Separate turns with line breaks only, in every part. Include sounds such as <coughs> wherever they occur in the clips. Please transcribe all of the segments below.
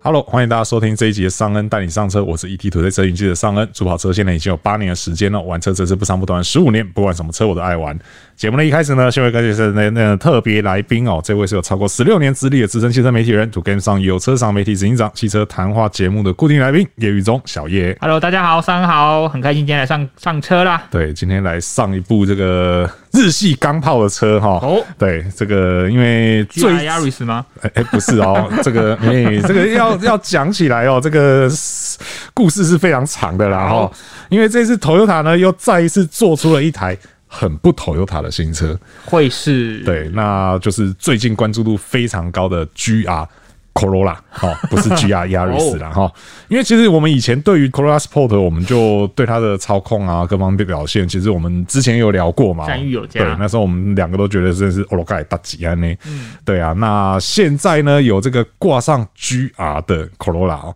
Hello，欢迎大家收听这一集的尚恩带你上车，我是 ET 土队车云记的尚恩。主跑车现在已经有八年的时间了，玩车则是不长不短，十五年，不管什么车我都爱玩。节目的一开始呢，先为各位介绍那那特别来宾哦，这位是有超过十六年资历的资深汽车媒体人，主 Game 上有车赏媒体执行长，汽车谈话节目的固定来宾叶宇中小叶。
Hello，大家好，上午好，很开心今天来上上车啦。
对，今天来上一部这个日系钢炮的车哈。
哦
对，这个因为最
GR Yaris 吗？
哎、哎，不是哦，这个哎、这个要要讲起来哦，这个是故事是非常长的啦哦
好，
因为这次 Toyota 呢又再一次做出了一台。很不 Toyota 的新车，
会是，
对，那就是最近关注度非常高的 GR Corolla 哦，不
<laughs>
是 GR Yaris 啦哈、哦，因为其实我们以前对于 Corolla Sport，我们就对它的操控啊各方面表现，其实我们之前也有聊过嘛，
赞誉有加
对，那时候我们两个都觉得真的是哦 o l o g a 大吉安呢，
嗯
对啊，那现在呢有这个挂上 GR 的 Corolla 哦，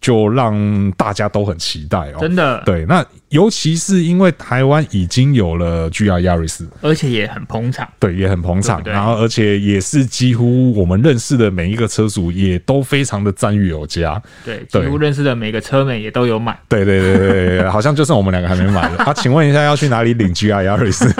就让大家都很期待哦，
真的
对，那尤其是因为台湾已经有了 GR Yaris，
而且也很捧场。
对，也很捧场，
对不对
然后而且也是几乎我们认识的每一个车主也都非常的赞誉有加。
对，几
对
乎认识的每个车门也都有买。
对对对对对对，好像就剩我们两个还没买了。啊，请问一下要去哪里领 GR Yaris？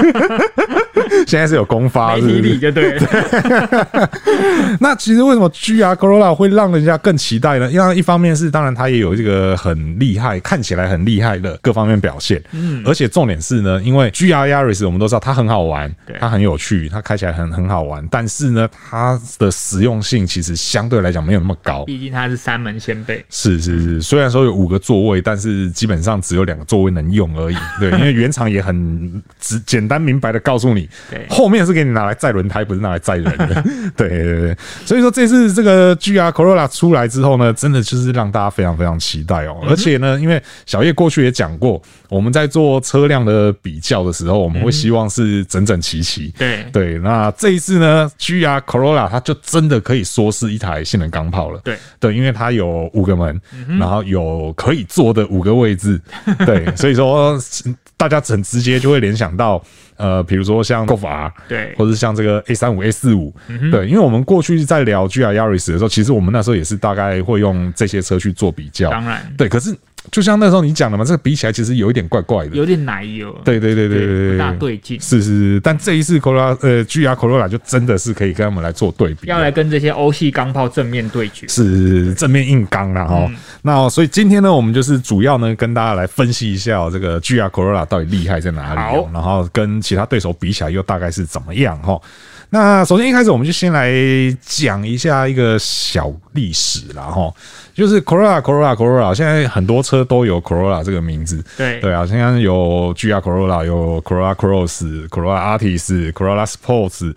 现在是有公发啊
媒
是不
体
是
里就对了，
<laughs> 那其实为什么 GR Corolla 会让人家更期待呢？因为一方面是当然它也有这个很厉害，看起来很厉害的各方面表现，嗯，而且重点是呢，因为 GR Yaris 我们都知道它很好玩
对，
它很有趣，它开起来很很好玩，但是呢，它的实用性其实相对来讲没有那么高。
毕竟它是三门掀背。
是是是，虽然说有五个座位，但是基本上只有两个座位能用而已。对，因为原厂也很直简单明白的告诉你
对，
后面是给你拿来载轮胎，不是拿来载人的。对对对对，所以说这次这个 GR Corolla 出来之后呢，真的就是让大家非常非常期待哦。而且呢，因为小叶过去也讲过，我们在做车辆的比较的时候，我们会希望是整整齐齐。
对
对，那这一次呢，GR Corolla 它就真的可以说是一台性能钢炮了。
对
对，因为它有五个门，
嗯
然后有可以坐的五个位置，对，所以说大家很直接就会联想到，呃，比如说像 Golf R，
对
或者是像这个 A 三五、A 四五，
嗯
对，因为我们过去在聊 GR Yaris 的时候，其实我们那时候也是大概会用这些车去做比较，
当然
对，可是就像那时候你讲的嘛，这个比起来其实有一点怪怪的，
有点奶油。
对对对对对
不
对，
大对劲。
是是是，但这一次 Corolla 呃 GR Corolla 就真的是可以跟他们来做对比，
要来跟这些欧系钢炮正面对决，
是正面硬刚
嗯
啦哦。那所以今天呢，我们就是主要呢跟大家来分析一下、哦、这个 GR Corolla 到底厉害在哪里、哦
好，
然后跟其他对手比起来又大概是怎么样哈、哦。那首先一开始我们就先来讲一下一个小历史啦哈、哦，就是 Corolla Corolla Corolla，现在很多车都有 Corolla 这个名字，
对
对啊，现在有 GR Corolla，有 Corolla Cross、Corolla Artis、Corolla Sports。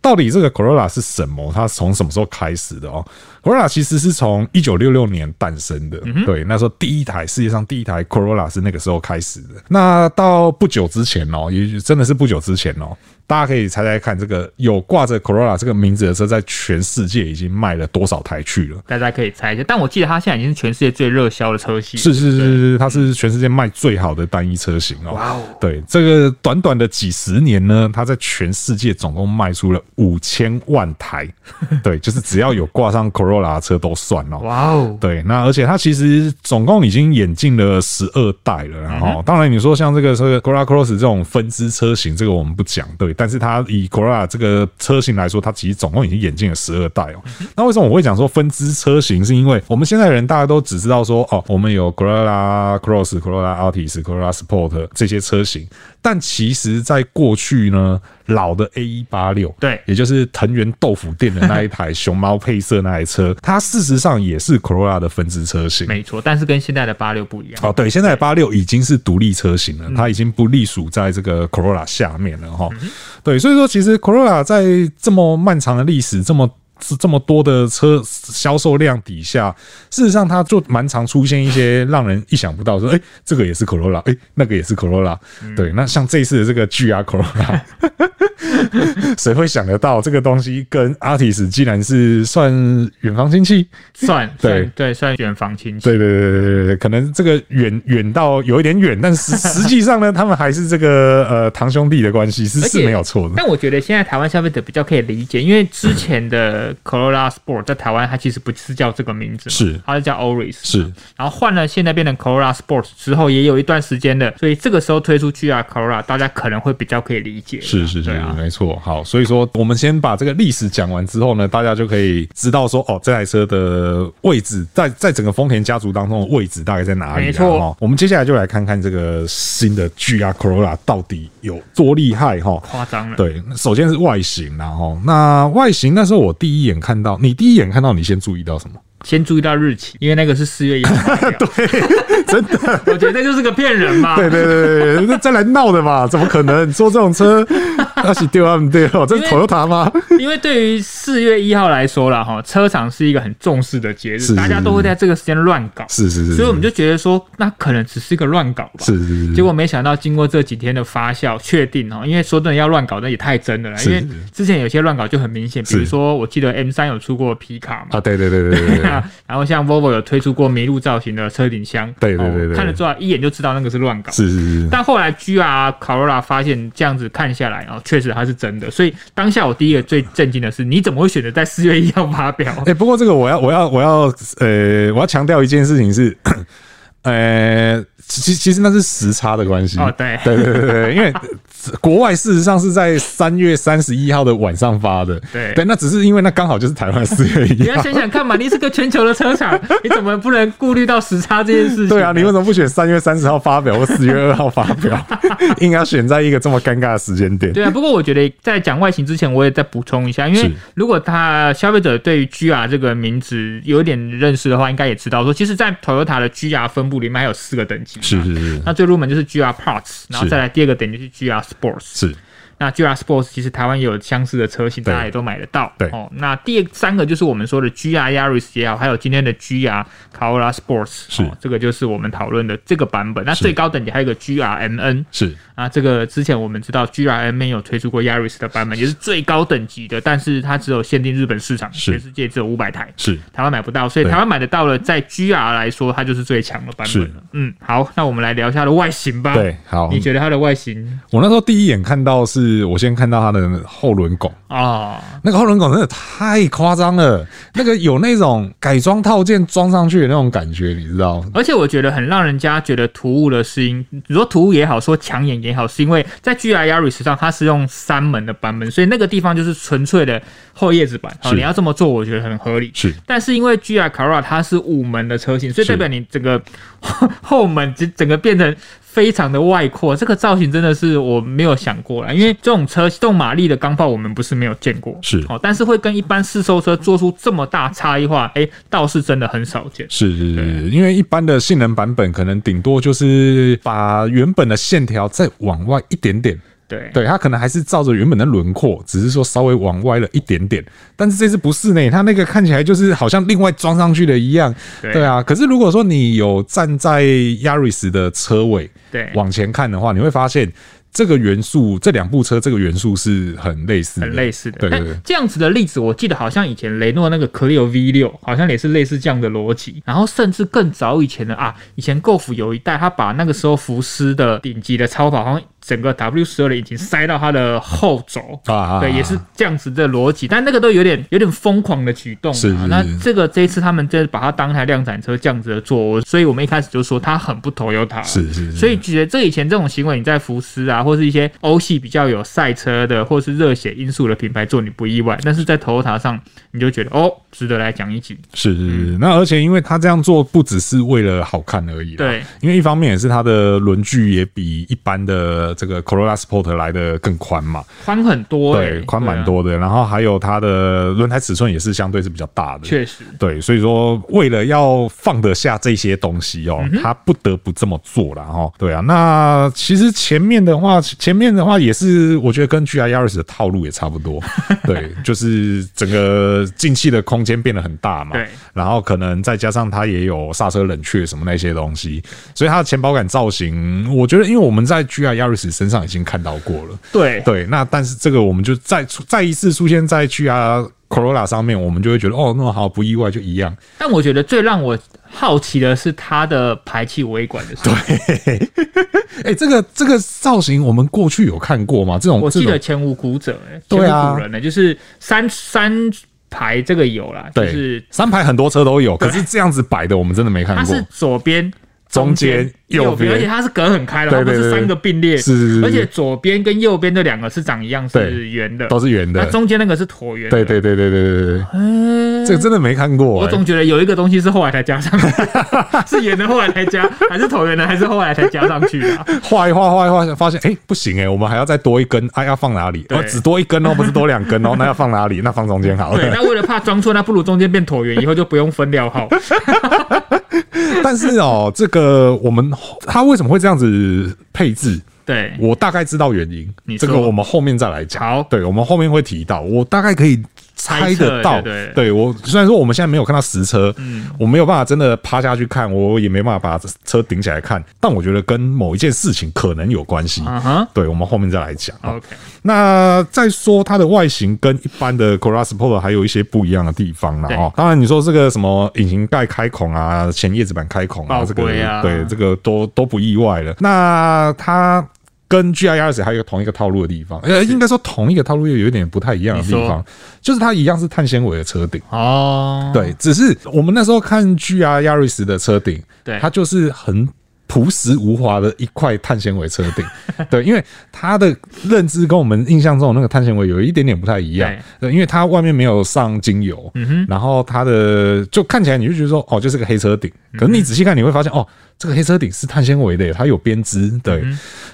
到底这个 Corolla 是什么？它从什么时候开始的哦？Corolla 其实是从一九六六年诞生的，对，那时候第一台世界上第一台 Corolla 是那个时候开始的。那到不久之前哦，也就真的是不久之前哦，大家可以猜猜看，这个有挂着 Corolla 这个名字的车，在全世界已经卖了多少台去了？
大家可以猜一下。但我记得它现在已经是全世界最热销的车系，
是是是是，它是全世界卖最好的单一车型哦。
哇哦
对，这个短短的几十年呢，它在全世界总共卖出了五千万台。对，就是只要有挂上 Corolla 的车都算哦。
哇哦，
对，那而且它其实总共已经演进了十二代了，然后、当然你说像这个是 Corolla Cross 这种分支车型，这个我们不讲，对，但是它以 Corolla 这个车型来说，它其实总共已经演进了十二代哦。那为什么我会讲说分支车型？是因为我们现在人大家都只知道说哦，我们有 Corolla Cross、Corolla Altis、Corolla Sport 这些车型，但其实在过去呢，老的 A 一八六，
对
也就是藤原豆腐店的那一台熊猫配色那台车，它事实上也是 Corolla 的分支车型。
没错，但是跟现在的八六不一样。
哦，对，现在八六已经是独立车型了，它已经不隶属在这个 Corolla 下面了哈。对，所以说其实 Corolla 在这么漫长的历史，这么这么多的车销售量底下，事实上它就蛮常出现一些让人意想不到说，哎、这个也是 Corolla，哎、那个也是 Corolla、对，那像这一次的这个 GR Corolla，谁会想得到这个东西跟 Artis 既然是算远房亲戚？
算
<laughs> 对
算对算远房亲戚，
对对对对对对，可能这个远远到有一点远，但是实际上呢，他们还是这个呃堂兄弟的关系是
而
是
且
没有错的。
但我觉得现在台湾消费者比较可以理解，因为之前的个 Corolla Sport 在台湾它其实不是叫这个名字嘛，
是
它是叫 Auris，
是
然后换了现在变成 Corolla Sport 之后，也有一段时间的，所以这个时候推出 GR Corolla，大家可能会比较可以理解了。
是是是，
对啊，
没错。好，所以说我们先把这个历史讲完之后呢，大家就可以知道说，哦，这台车的位置在在整个丰田家族当中的位置大概在哪里、啊。
没错
哦，我们接下来就来看看这个新的 GR Corolla 到底有多厉害哈、
夸张了。
对，那首先是外形啦，然后那外形那时候我第一眼看到，你第一眼看到你先注意到什么？
先注意到日期，因为那个是四月
<laughs>
一号。对，真的， <laughs> 我觉得这就是个骗人嘛。
对对对对对，那再来闹的嘛，怎么可能？你坐这种车，那是丢他们丢，这是
<laughs> 因为
Toyota 吗？
因为对于四月一号来说啦，哈，车厂是一个很重视的节日，
是
大家都会在这个时间乱搞，
是是是，
所以我们就觉得说，那可能只是一个乱搞吧。
是是是是
结果没想到，经过这几天的发酵，确定哦，因为说真的要乱搞，那也太真的了啦。
是
因为之前有些乱搞就很明显，比如
是
说我记得 M 三有出过皮卡嘛，
啊，对对对对对啊
<laughs>
对。
然后像 Volvo 有推出过麋鹿造型的车顶箱，
对对对
哦
对
看得出来一眼就知道那个是乱搞。
是是是，
但后来 GR Corolla 发现这样子看下来哦，确实它是真的。所以当下我第一个最震惊的是，你怎么会选择在四月一号发表？
哎、不过这个我要我要我要呃，我要强调一件事情是， <coughs> 呃，其其实那是时差的关系。
哦，对，
对对对对，因为呃国外事实上是在三月三十一号的晚上发的，
对
对，那只是因为那刚好就是台湾四月一
你要
号，
想想看嘛，你是个全球的车厂，你怎么不能顾虑到时差这件事情呢？
对啊，你为什么不选三月三十号发表或四月二号发
<laughs>
表，硬要选在一个这么尴尬的时间点？
对啊，不过我觉得在讲外形之前，我也再补充一下，因为
是
如果他消费者对于 GR 这个名字有点认识的话，应该也知道说，其实，在 Toyota 的 GR 分布里面还有四个等级嘛，
是是是
那最入门就是 GR Parts，然后再来第二个等级是 GR Sports，
是，
那 GR Sports 其实台湾也有相似的车型，
对
大家也都买得到。
对
哦，那第三个就是我们说的 GR Yaris 也好，还有今天的 GR Corolla Sports，
是
哦、这个就是我们讨论的这个版本。那
是
最高等级还有一个 GR MN
是
啊，这个之前我们知道 GR MN 有推出过 Yaris 的版本，也是最高等级的，但是它只有限定日本市场，
是
全世界只有五百台。
是
台湾买不到，所以
对
台湾买得到了，在 GR 来说，它就是最强的版本
是
了。嗯，好，那我们来聊一下它的外形吧。
对，，好
啊你，觉得它的外形
我那时候第一眼看到是我先看到它的后轮拱。
啊？哦
那个后轮拱真的太夸张了，那个有那种改装套件装上去的那种感觉，你知道？
而且我觉得很让人家觉得突兀的是因，你说突兀也好，说抢眼也好，是因为在 G R Yaris 上它是用三门的版本，所以那个地方就是纯粹的后叶子版。好，
是
你要这么做，我觉得很合理。
是
但是因为 G R Corolla 它是五门的车型，所以
是
代表你整个后门整整个变成非常的外扩，这个造型真的是我没有想过啦。因为这种车动马力的钢炮，我们不是没有见过，
是
哦，但是会跟一般试售车做出这么大差异化，哎、倒是真的很少见。
是是是，因为一般的性能版本可能顶多就是把原本的线条再往外一点点，
对。
对，它可能还是照着原本的轮廓，只是说稍微往歪了一点点。但是这次不是呢，它那个看起来就是好像另外装上去的一样。
对
对啊，可是如果说你有站在 Yaris 的车尾，
对
往前看的话，你会发现这个元素，这两部车这个元素是很类似的，
很类似的。
嗯对对对
哎，这样子的例子，我记得好像以前雷诺那个 Clio V 六，好像也是类似这样的逻辑。然后甚至更早以前的啊，以前 Golf 有一代，他把那个时候福斯的顶级的超跑，好像整个 W 十二的引擎塞到它的后轴。
啊啊，啊
对，也是这样子的逻辑，但那个都有点有点疯狂的举动、啊。
是是
那
是
这个这一次他们这把它当台量产车这样子的做，所以我们一开始就说它很不 Toyota。
是是，是
所以觉得这以前这种行为，你在福斯啊，或是一些欧系比较有赛车的，或是热血因素的品牌做，你不意外。但是在头塔上，你就觉得哦，值得来讲一集。
是是是。
嗯
那而且因为它这样做不只是为了好看而已，
对，
因为一方面也是它的轮距也比一般的这个 Corolla Sport 来的更宽嘛，
宽很多、欸，
对，宽蛮
对啊，
多的。然后还有它的轮胎尺寸也是相对是比较大的，
确实。
对，所以说为了要放得下这些东西
嗯
哦，他不得不这么做了哈。对啊，那其实前面的话，前面的话也是，我觉得跟 G R Yaris 的套路也差不
<laughs>
多。对，就是整个进气的空间变得很大嘛。
对
然后可能再加上它也有刹车冷却什么那些东西，所以它的前保杆造型，我觉得因为我们在 G R Yaris 身上已经看到过了。
对，
对，那但是这个我们就再出再一次出现在 GR Corolla 上面，我们就会觉得哦，那好不意外就一样。
但我觉得最让我好奇的是它的排气尾管的事情。
哎、这个这个造型我们过去有看过吗？这种
我记
这
得
种
前无古者、欸，前
对啊
无古人呢、就是三三排这个有啦，就
对，
是
三排很多车都有，可是这样子摆的我们真的没看
它
过
是。左边、
中间
间、右
右边
而且它是隔很开的，
对
它
对
不是
对
三个并列，
是是是
而且左边跟右边这两个是长一样，
对
是圆的，
都是圆的
那，中间那个是椭圆的。
对对对对对对对对，
嗯，
这个真的没看过、
我
欸。
总觉得有一个东西是后来才加上去的，
<laughs>
是圆的后来才加，还是椭圆的，还是后来才加上去
<laughs>
的啊、
画一画画一画，发现哎、不行哎、我们还要再多一根，哎、要放哪里？
对
哦，只多一
<laughs>
根哦，不是多两根哦，那要放哪里？那放中间好
对，
了。
那为了怕装错，那不如中间变椭圆，以后就不用分
<laughs>
料号。
但是哦，这个我们它为什么会这样子配置？
对，
我大概知道原因，
你
这
说
个我们后面再来讲。
好
对，我们后面会提到，我大概可以猜得到。
猜测对嗯对
对我虽然说我们现在没有看到实车，我没有办法真的趴下去看，我也没办法把车顶起来看，但我觉得跟某一件事情可能有关系。
嗯哼
对，我们后面再来讲。
，OK，
那再说它的外形跟一般的 Corolla Sport 还有一些不一样的地方了
对
哦。当然，你说这个什么引擎盖开孔啊，前叶子板开孔啊，
爆
这个
龟啊
对这个都都不意外了。那它。跟 G I R S 还有一个同一个套路的地方，呃，应该说同一个套路又有一点不太一样的地
你
方
说，
就是它一样是碳纤维的车顶，
哦，
对，只是我们那时候看 G R Yaris 的车顶，
对
它就是很朴实无华的一块碳纤维车顶， <laughs> 对，因为它的认知跟我们印象中的那个碳纤维有一点点不太一样，对，因为它外面没有上精油，然后它的就看起来你就觉得说哦，就是个黑车顶，可是你仔细看你会发现哦，这个黑车顶是碳纤维的耶，它有编织，对，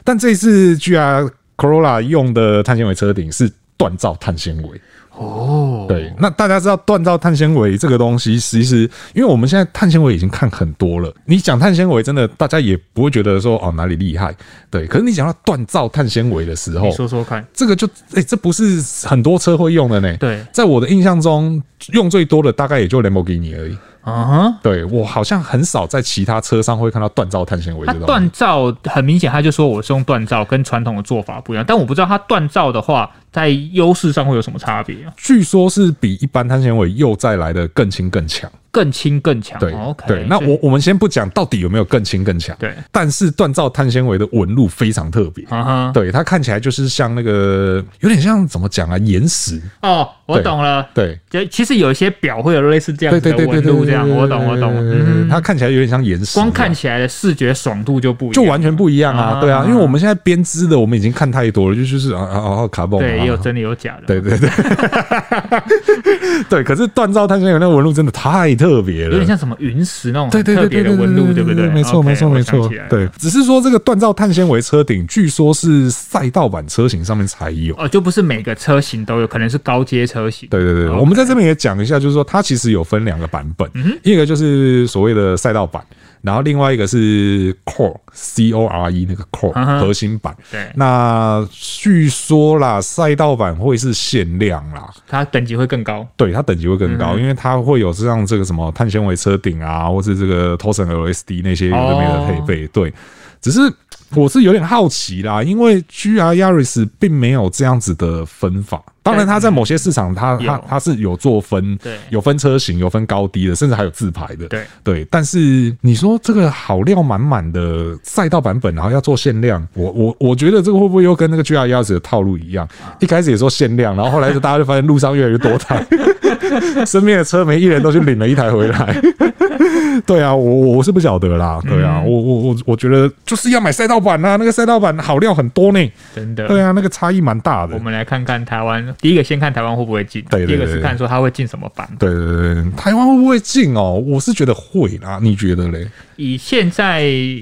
但这一次 G R Corolla 用的碳纤维车顶是锻造碳纤维。
哦，
对，那大家知道锻造碳纤维这个东西，其实因为我们现在碳纤维已经看很多了，你讲碳纤维真的大家也不会觉得说哦哪里厉害，对。可是你讲到锻造碳纤维的时候
你，说说看，
这个就哎、这不是很多车会用的呢。
对，
在我的印象中，用最多的大概也就兰博基尼而已。
嗯哼，
对我好像很少在其他车上会看到锻造碳纤维
它
这种。
锻造很明显，他就说我是用锻造，跟传统的做法不一样，但我不知道它锻造的话，在优势上会有什么差别啊、
据说是比一般碳纤维又再来的更轻更强。
更轻更强。
对
o k
对，那我我们先不讲到底有没有更轻更强。
对，
但是锻造碳纤维的纹路非常特别，
嗯哼，
对它看起来就是像那个有点像怎么讲啊，岩石，
哦，我
对
懂了。
对。
就其实有一些表会有类似这样
对
子
对
的
对对
纹
对，
路，这样
对
我懂我懂。
对对对
嗯，
它看起来有点像岩石一样，
光看起来的视觉爽度就不一样，
就完全不一样啊，
啊
对啊，因为我们现在编织的我们已经看太多了，就就是啊啊啊卡蹦啊，
对，也有真的有假
对
的。
对对，对，可是锻造碳纤维那个纹路真的太特别了，
有点像什么云石那种
对
很
对
特
对
别
对
的
对
纹路，对不对？
没错
OK，
没错
我
没
想
错
起来，了
对，只是说这个锻造碳纤维车顶，据说是赛道版车型上面才有。
哦，就不是每个车型都有，可能是高阶车型。
对对对，
OK 嗯
我们在这边也讲一下，就是说它其实有分两个版本，一个就是所谓的赛道版，然后另外一个是 Core C O R E 那个 Core
嗯哼
核心版。
对，
那据说啦，赛道版会是限量啦，
它等级会更高。
对它等级会更
嗯
高，因为它会有像这个什么碳纤维车顶啊，或是这个 Tosen LSD 那些有的没的配
哦
备。对，只是我是有点好奇啦，因为 GR Yaris 并没有这样子的分法。当然，它在某些市场，它它
有
它是有做分，
对
有分车型，有分高低的，甚至还有自排的，
对
对。但是你说这个好料满满的赛道版本，然后要做限量，我我我觉得这个会不会又跟那个 GR Yaris 的套路一样？
啊
一开始也说限量，然后后来就大家就发现路上越来越多
<laughs>
台，身边的车没一人都去领了一台回来。 <laughs> 对啊，我我我是不晓得啦。对啊，
嗯
我我我我觉得就是要买赛道版啊，那个赛道版好料很多呢。
真的。
对啊，那个差异蛮大的
我。们来看看台湾，第一个先看台湾会不会进，
对对对
第二个是看说它会进什么版。
对对对对，台湾会不会进哦？我是觉得会啦，你觉得嘞？，
以现在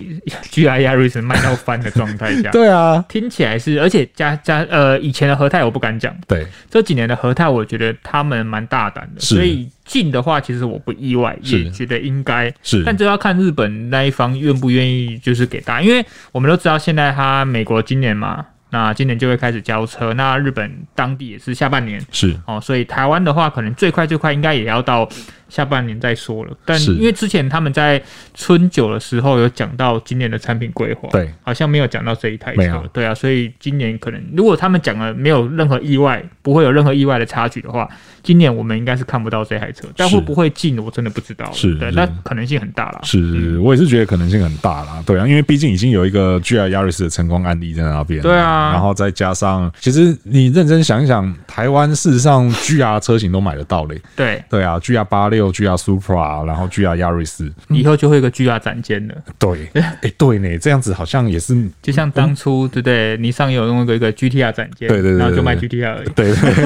<laughs> G I Yaris 卖到翻的状态下
<laughs> 对啊，
听起来是，而且加加呃，以前的和泰我不敢讲，
对
这几年的和泰我觉得他们蛮大胆的，
是
所以进的话，其实我不意外，
是
也觉得应该。
是
但就要看日本那一方愿不愿意，就是给大家，因为我们都知道现在他美国今年嘛，那今年就会开始交车，那日本当地也是下半年
是
哦，所以台湾的话，可能最快最快应该也要到下半年再说了。但
是
因为之前他们在春酒的时候有讲到今年的产品规划，
对，
好像没有讲到这一台
没有
车，对啊，所以今年可能如果他们讲了没有任何意外，不会有任何意外的插曲的话，今年我们应该是看不到这台车，但
是
会不会进我真的不知道了，
是
对，
是
那可能性很大啦。
是我也是觉得可能性很大啦，对啊，因为毕竟已经有一个 GR Yaris 的成功案例在那边，
对啊
然后再加上，其实你认真想一想，台湾事实上 GR 车型都买得到嘞，
对，
对啊，GR 八六、GR Supra，然后 GR Yaris，
以后就会有一个 GR 展间了，
对，哎、对呢，这样子好像也是
就像当初对不对？尼桑也有用过一个 GTR 展间，
嗯对对对对
然后就卖
对
GTR 而已。
对， <laughs>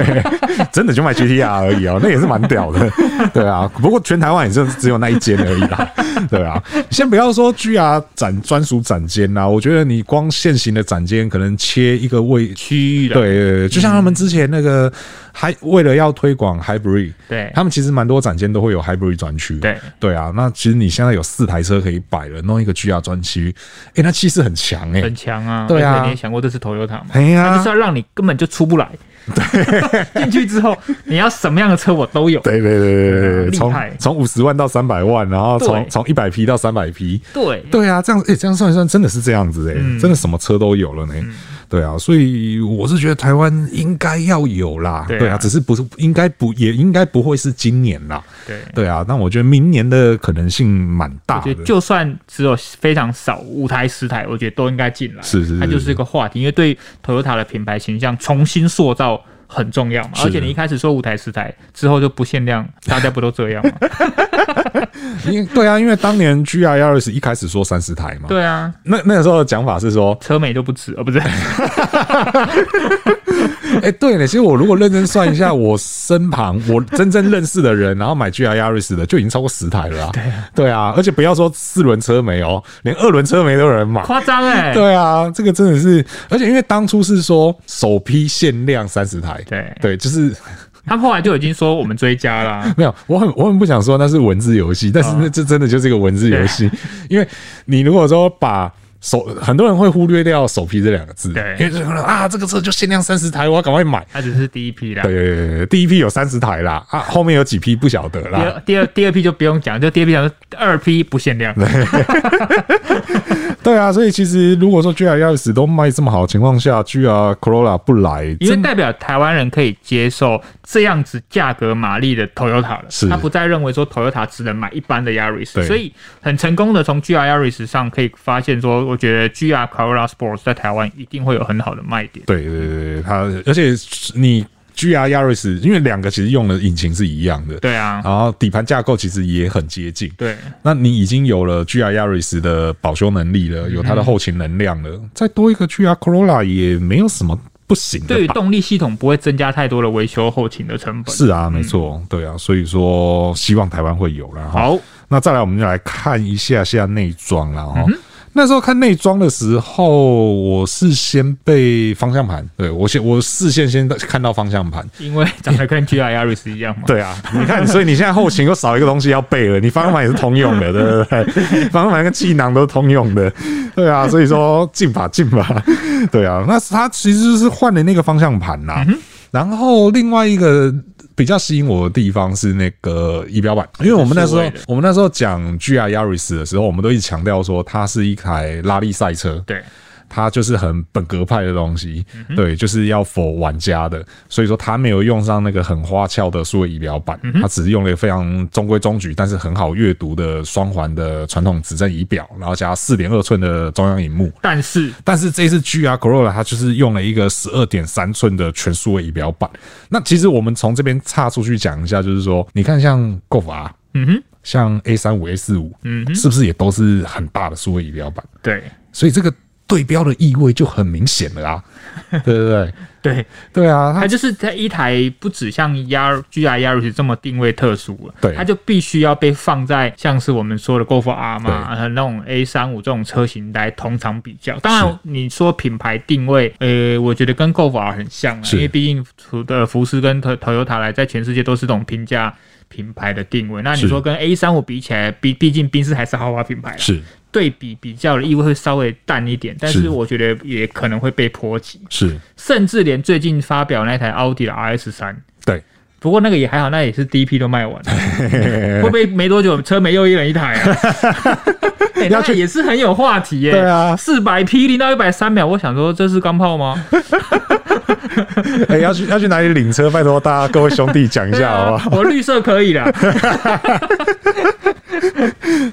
真的就卖 GTR 而已哦，那也是蛮屌的，对啊。不过全台湾也就只有那一间而已啦，对啊。先不要说 GR 展专属展间啦，我觉得你光现行的展间可能切一个位。
区域的，
对对对，嗯就像他们之前那个，还为了要推广 Hybrid，
对
他们其实蛮多展间都会有 Hybrid 专区，
对
对啊。那其实你现在有四台车可以摆了，弄一个 GR 专区，诶，那气势很强诶。
很强啊！
对啊
而且你也想过这是 Toyota 吗？
哎呀
它就是要让你根本就出不来。对， <laughs> 进去之后你要什么样的车我都有。
对对对对对对，
啊厉
从
害
从五十万到三百万，然后从
对
从一百匹到三百匹，
对，
对啊，这样哎、这样算一算，真的是这样子哎、
嗯
真的什么车都有了呢。对啊，所以我是觉得台湾应该要有啦。
对啊
对啊，只是不是应该不也应该不会是今年啦。
对
对啊，但我觉得明年的可能性蛮大
我觉
的
得。就算只有非常少五台十台，我觉得都应该进来。
是是是
它就是一个话题，因为对 Toyota 的品牌形象重新塑造。很重要嘛，
是
而且你一开始说五台十台，之后就不限量，大家不都这样吗？
<laughs> 因为对啊，因为当年 G R 幺二十一开始说三十台嘛，
对啊，
那那个时候的讲法是说，
车美都不止，呃，不是，
<laughs> 哎、对呢，其实我如果认真算一下，我身旁我真正认识的人，然后买 G R Yaris 的就已经超过十台了啊。对啊，而且不要说四轮车没有，连二轮车没都有人买。
夸张哎。
<laughs> 对啊，这个真的是，而且因为当初是说首批限量三十台，
对，
对，就是
他们后来就已经说我们追加啦，
没有，我很我很不想说那是文字游戏，但是那这真的就是一个文字游戏，因为你如果说把。首很多人会忽略掉“首批”这两个字，
对
因为就可能啊，这个车就限量三十台，我要赶快买。
他只是第一批啦。
<laughs> 对对对对对，第一批有三十台啦，
<laughs>
啊，后面有几批不晓得
第
啦。
二第二第二批就不用讲，就第二批讲说二批不限量，
对啊，所以其实如果说 GR 幺十都卖这么好的情况下，GR Corolla 不来，
因为
真
代表台湾人可以接受这样子价格马力的 Toyota 了
是，
他不再认为说 Toyota 只能买一般的
对
Yaris，所以很成功的从 GR Yaris 上可以发现说，我觉得 GR Corolla Sports 在台湾一定会有很好的卖点。
对对对对，它而且你 GR Yaris 因为两个其实用的引擎是一样的，
对啊，
然后底盘架构其实也很接近。
对，
那你已经有了 GR Yaris 的保修能力
嗯
了，有它的后勤能量了，再多一个 GR Corolla 也没有什么不行的吧。
对于动力系统不会增加太多的维修后勤的成本。
是啊，没错，对啊，所以说希望台湾会有啦。哈。
好，
那再来，我们就来看一下下内装啦。哈、那时候看内装的时候，我是先被方向盘，对我先我视线先看到方向盘。
因为长得跟 GR Yaris 一样嘛。
对啊，你看，所以你现在后勤又少一个东西要背了，你方向盘也是通用的，对不对？方向盘跟气囊都是通用的，对啊，所以说进吧进吧，对啊，那它其实就是换了那个方向盘
嗯
啦。然后另外一个比较吸引我的地方是那个仪表板，因为我们那时候
是位的
我们那时候讲 GR Yaris 的时候，我们都一直强调说它是一台拉力赛车，
对，
它就是很本格派的东西，
嗯
对，就是要否玩家的，所以说它没有用上那个很花俏的数位仪表
嗯
板，它只是用了一个非常中规中矩，但是很好阅读的双环的传统指针仪表，然后加四点二寸的中央荧幕。
但是
但是这次 GR Corolla 它就是用了一个十二点三寸的全数位仪表板。那其实我们从这边岔出去讲一下，就是说，你看像 Golf R，
嗯哼，
像 A 三五、A 四五，
嗯哼，
是不是也都是很大的数位仪表板？
对
所以这个对标的意味就很明显了 <laughs> 啊，对对对，
对，
对啊，
它
它
就是它一台不止像 Yar GR Yaris 这么定位特殊了，
对
它就必须要被放在像是我们说的 Golf R 嘛，呃那种 A 三五这种车型来同场比较。当
是
然，你说品牌定位，呃，我觉得跟 Golf R 很像啊，
是
因为毕竟除的福斯跟 Toy- Toyota 来在全世界都是这种平价。品牌的定位，那你
是
说跟 A 三五比起来，毕毕竟宾士还是豪华品牌啦，
是
对比比较的意味会稍微淡一点，但
是
是我觉得也可能会被波及。
是，
甚至连最近发表那台奥迪的 RS 三，
对，
不过那个也还好，那也是第一批都卖完了，
<laughs>
会不会没多久车没又一人一台啊？欸、
要
那
去
也是很有话题耶、
对啊
四百匹零到一百三秒，我想说这是钢炮吗？
<laughs> 哎、要去要去哪里领车？拜托大家各位兄弟讲一 <laughs>
对
下好不
啊
好？，
我绿色可以
<laughs>
啦。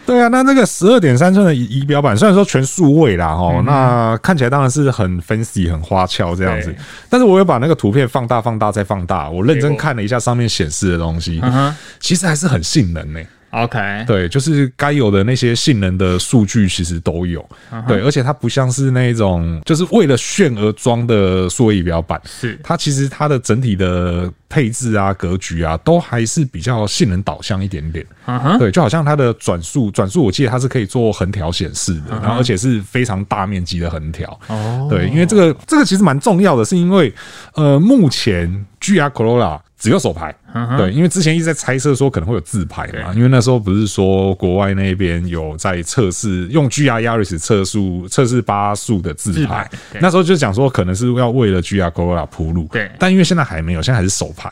对啊，那这个十二点三寸的仪仪表板，虽然说全数位啦，哦，那看起来当然是很 fancy、很花俏这样子
对。
但是我有把那个图片放大、放大再放大，我认
结
真
果
看了一下上面显示的东西
嗯，哼
其实还是很性能呢、
，OK，
对，就是该有的那些性能的数据其实都有，
嗯
对，而且它不像是那种就是为了炫而装的数位仪表板，
是
它其实它的整体的配置啊、格局啊，都还是比较性能导向一点点。
嗯哼，
对，就好像它的转速，转速我记得它是可以做横条显示的，然后而且是非常大面积的横条。
嗯哦，
对，因为这个这个其实蛮重要的，是因为呃，目前 GR Corolla 只有手排。
嗯哼，
对，因为之前一直在猜测说可能会有自排嘛，因为那时候不是说国外那边有在测试用 GR Yaris 测速测试八速的自
自
排
排对，
那时候就讲说可能是要为了 GR Corolla 铺路，
对
但因为现在还没有，现在还是手排，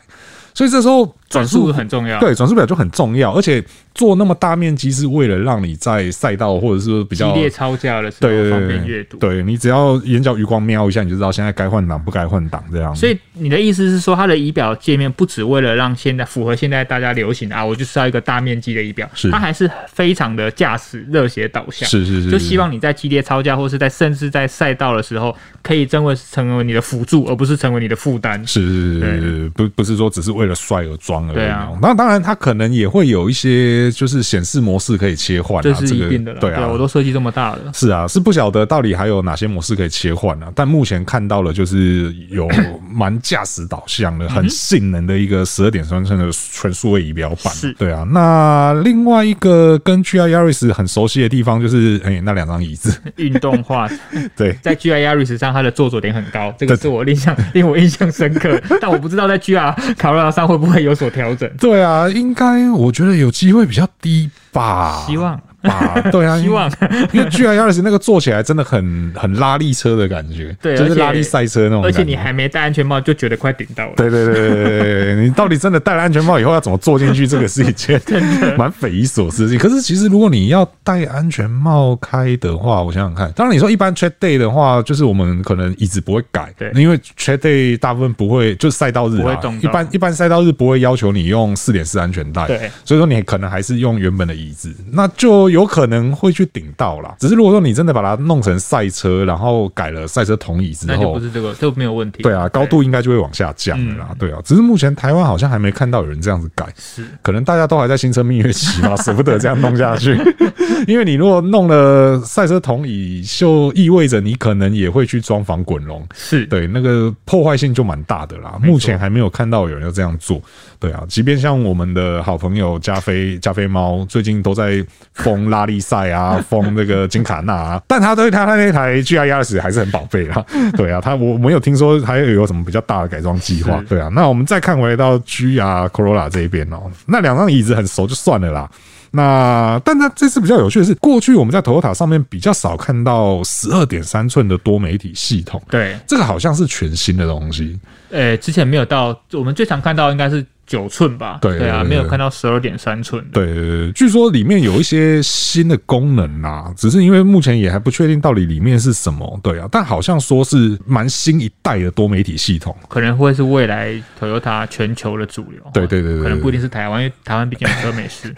所以这时候
转速很重要。
对，转速表就很重要，而且做那么大面积是为了让你在赛道或者是比
激
较
烈超价的时候
对对
方
对
便阅读。
对你只要眼角余光瞄一下，你就知道现在该换挡不该换挡这样。
所以你的意思是说，它的仪表界面不只为了让现在符合现在大家流行的啊，我就是要一个大面积的仪表
是，
它还是非常的驾驶热血导向，
是是是，
就希望你在激烈操驾或是在甚至在赛道的时候，可以真为成为你的辅助，而不是成为你的负担。
是是是是，不不是说只是为了帅而装而已。哦
对啊
那当然它可能也会有一些就是显示模式可以切换、啊，
这是
这
一
个
定的了，
对啊，
我都设计这么大了，
是啊，是不晓得到底还有哪些模式可以切换啊。但目前看到了，就是
<coughs>
有蛮驾驶导向
嗯
的、很性能的一个十二点三寸的全数位仪表板。
是
对啊。那另外一个跟 GR Yaris 很熟悉的地方，就是哎、那两张椅
<laughs>
子。
运动化，
对，
在 G I Yaris 上它的坐坐点很
<laughs>
高，这个是我印象令我印象深刻，但我不知道在 G R 卡罗拉上会不会有所调整。
对啊，应该我觉得有机会比较低吧。
希望
吧，对啊，
<laughs> 希望
因为，因为 G R 幺二十那个坐起来真的很很拉力车的感觉，
对
就是
而且
拉力赛车那种
而
感觉。
且你还没戴安全帽就觉得快顶到了。
对对对对对对对，你到底真的戴了安全帽以后要怎么坐进去？这个是一
<laughs>
件 <laughs> 蛮匪夷所思的事情。可是其实如果你要戴安全帽开的话，我想想看，当然你说一般 check day 的话，就是我们可能椅子不会改，
对
因为 check day 大部分不会，就是赛道日
不会
啊
动，
一
到
般一般赛道日不会要求你用四点四安全带，
对
所以说你可能还是用原本的椅子，那就有可能会去顶到啦。只是如果说你真的把它弄成赛车，然后改了赛车同椅之
那就
后
不，是这个，就没有问题。
对啊，高度应该就会往下降了啦。对啊，只是目前台湾好像还没看到有人这样子改，
是
可能大家都还在新车蜜月期吧，舍不得这样弄下去。 <laughs> 因为你如果弄了赛车同椅，就意味着你可能也会去装防滚笼，
是，
对，那个破坏性就蛮大的啦。目前还没有看到有人要这样做。对啊，即便像我们的好朋友加菲加菲猫，最近都在封拉力赛
<laughs>
啊，封那个金卡纳啊，但他对他他那台 G R 1 2 0还是很宝贝
<laughs>
啦。对啊，他我没有听说还有什么比较大的改装计划
是。
对啊，那我们再看回到 G R Corolla 这一边哦，那两张椅子很熟就算了啦。那，但它这次比较有趣的是，过去我们在 Toyota 上面比较少看到十二点三寸的多媒体系统，
对，
这个好像是全新的东西，
呃，之前没有到，我们最常看到应该是九寸吧？
对
对啊，
对对
没有看到十二点三寸的。
对对对，据说里面有一些新的功能啦，只是因为目前也还不确定到底里面是什么，对啊，但好像说是蛮新一代的多媒体系统，
可能会是未来 Toyota 全球的主流。
对对对对
可能不一定是台湾，因为台湾毕竟有车
<laughs>
美式。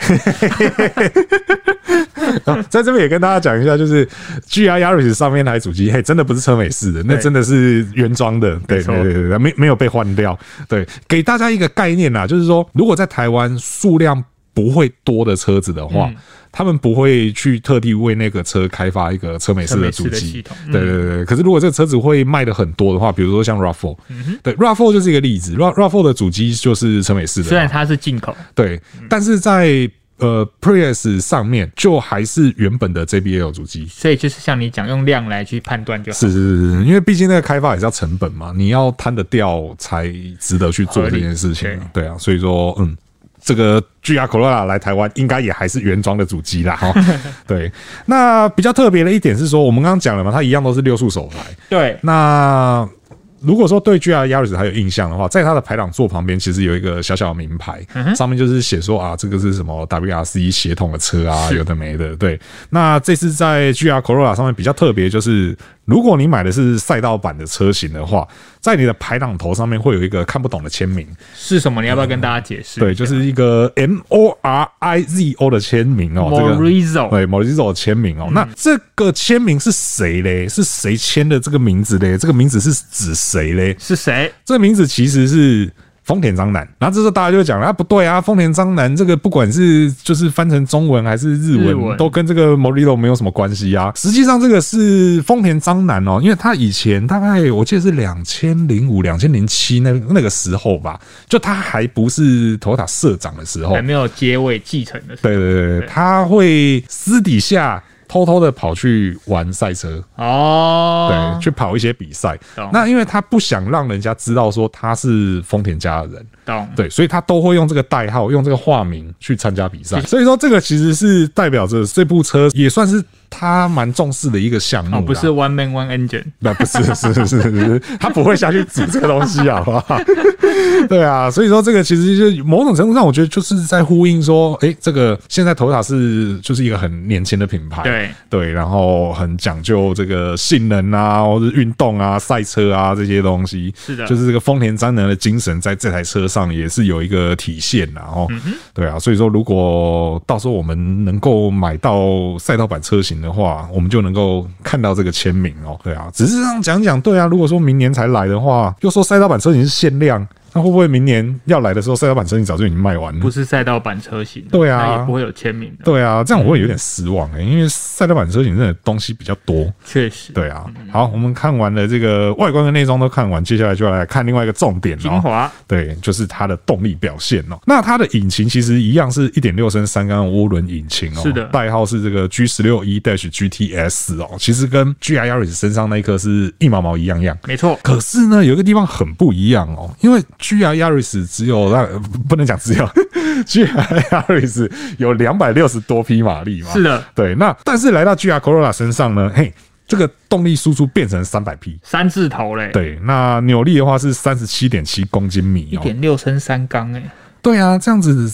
啊 <laughs> 在这边也跟大家讲一下，就是 G R Yaris 上面那台主机，嘿，真的不是车美式的，那
对
真的是原装的，对
错
对对对，对没没有被换掉。对，给大家一个概念啦，就是说，如果在台湾数量不会多的车子的话，
嗯
他们不会去特地为那个车开发一个车美式的主
车美式的
机
系统，嗯
对对对对。可是如果这个车子会卖的很多的话，比如说像 RAV4，、对
嗯
RAV4 就是一个例子，RAV RAV4 的主机就是车美式的嘛，
虽然它是进口，
对，
嗯
但是在呃 Prius 上面就还是原本的 JBL 主机。
所以就是像你讲，用量来去判断就好。
是是是是，因为毕竟那个开发也是要成本嘛，你要摊得掉才值得去做
合
这
理
件事情啊。对啊，所以说嗯。这个 GR Corolla 来台湾应该也还是原装的主机啦，
<laughs>
哈。对，那比较特别的一点是说，我们刚刚讲了嘛，它一样都是六速手排，
对，
那如果说对 GR Yaris 还有印象的话，在它的排挡座旁边其实有一个小小的名牌，上面就是写说啊，这个嗯是什么 WRC 协同的车啊，
是
有的没的。对，那这次在 GR Corolla 上面比较特别，就是如果你买的是赛道版的车型的话，在你的排挡头上面会有一个看不懂的签名，
是什么？你要不要跟大家解释一下？
对，就是一个 M O R I Z O 的签名哦，这个
Morizo
对 Morizo 的签名哦。那这个签名是谁嘞？是谁签的这个名字嘞？这个名字是指谁嘞？
是谁？
这个名字其实是。丰田章男，然后这时候大家就会讲啊，不对啊，丰田章男这个不管是就是翻成中文还是日文，
日文
都跟这个 Morito 没有什么关系啊。实际上这个是丰田章男哦，因为他以前大概我记得是两千零五、两千零七那那个时候吧，就他还不是 Toyota 社长的时候
还，没有结尾继承的时候。
对对对对，他会私底下偷偷的跑去玩赛车，
哦
对，，去跑一些比赛
懂。
那因为他不想让人家知道说他是丰田家的人，
懂。
对，所以他都会用这个代号、用这个化名去参加比赛。所以说，这个其实是代表着这部车也算是他蛮重视的一个项目、
哦，不是。One Man One Engine，
那不是，是是是是，他不会下去煮这个东西，好不好？ <laughs> 对啊，所以说这个其实就某种程度上，我觉得就是在呼应说，诶，这个现在头塔是就是一个很年轻的品牌，
对，
对，然后很讲究这个性能啊，或者运动啊、赛车啊这些东西。
是的
就是这个丰田章男的精神在这台车上也是有一个体现啦、哦。
嗯
对啊，所以说如果到时候我们能够买到赛道版车型的话，我们就能够看到这个签名哦。对啊，只是这样讲讲，对啊，如果说明年才来的话，又说赛道版车型是限量，那会不会明年要来的时候，赛道版车型早就已经卖完了？
不是赛道版车型的，
对啊
那也不会有签名的，
对啊，这样我会有点失望哎、因为赛道版车型真的东西比较多。
确实。
对啊，好，我们看完了这个外观跟内装都看完，接下来就要来看另外一个重点
精
哦。
华
对，就是它的动力表现哦。那它的引擎其实一样是一点六升三缸的涡轮引擎哦，
是的
代号是这个 G 十六 E dash GTS 哦，其实跟 G R Yaris 身上那一颗是一毛毛一样样。
没错，
可是呢，有一个地方很不一样哦，因为 G R Yaris 只有那呃不不能讲只有 <laughs> G R Yaris 有两百六十多匹马力嘛，
是的，
对，那但是来到 GR Corolla 身上呢，嘿，这个动力输出变成三百匹。
三字头嘞，
对，那扭力的话是三十七点七公斤米
一
哦。
点六升三缸哎，
对啊，这样子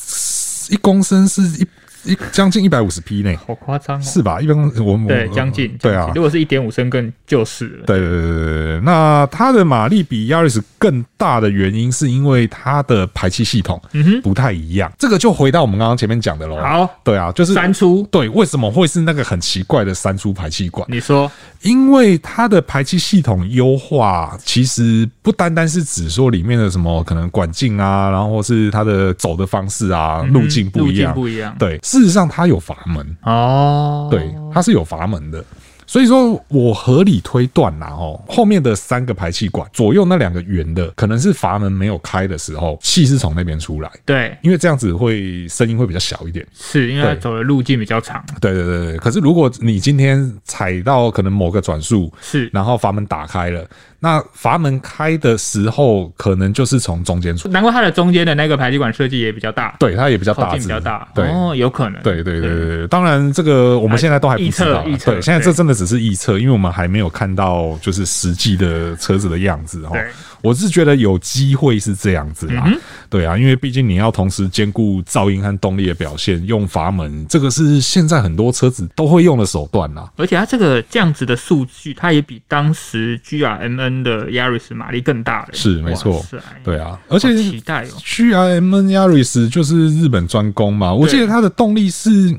一公升是一一将近一百五十匹呢，
好夸张哦。
是吧？一般我们
对，将近。
嗯对
将
啊
近，如果是一点五升更就是了。
对对对对对对。那它的马力比 Yaris 更大的原因，是因为它的排气系统
嗯哼
不太一样。这个就回到我们刚刚前面讲的喽。
好，
对啊，就是
三出，
对，为什么会是那个很奇怪的三出排气管？
你说
因为它的排气系统优化，其实不单单是指说里面的什么可能管径啊，然后或是它的走的方式啊，路径不
嗯路
一
径
样。
不一样。
对，事实上它有阀门，
哦，
对，它是有阀门的。所以说我合理推断啦，哦，后面的三个排气管左右那两个圆的，可能是阀门没有开的时候，气是从那边出来，
对，
因为这样子会声音会比较小一点。
是因为它走的路径比较长，
对对对对。可是如果你今天踩到可能某个转速，
是
然后阀门打开了。那阀门开的时候，可能就是从中间出，
难怪它的中间的那个排气管设计也比较大，
对，它也比较
口
大
径
只，
比较大，
对。
哦，有可能，
对对对对对，当然这个我们现在都还不知道啊，
预测预测
对，现在这
对
真的只是预测，因为我们还没有看到就是实际的车子的样子哦
对。嗯
我是觉得有机会是这样子啦，对啊，因为毕竟你要同时兼顾噪音和动力的表现，用阀门这个是现在很多车子都会用的手段啦。
而且它这个这样子的数据，它也比当时 G R M N 的 Yaris 马力更大了，
是没错
哇塞，
对啊，而且
好期待哦，
G R M N Yaris 就是日本专攻嘛，我记得它的动力是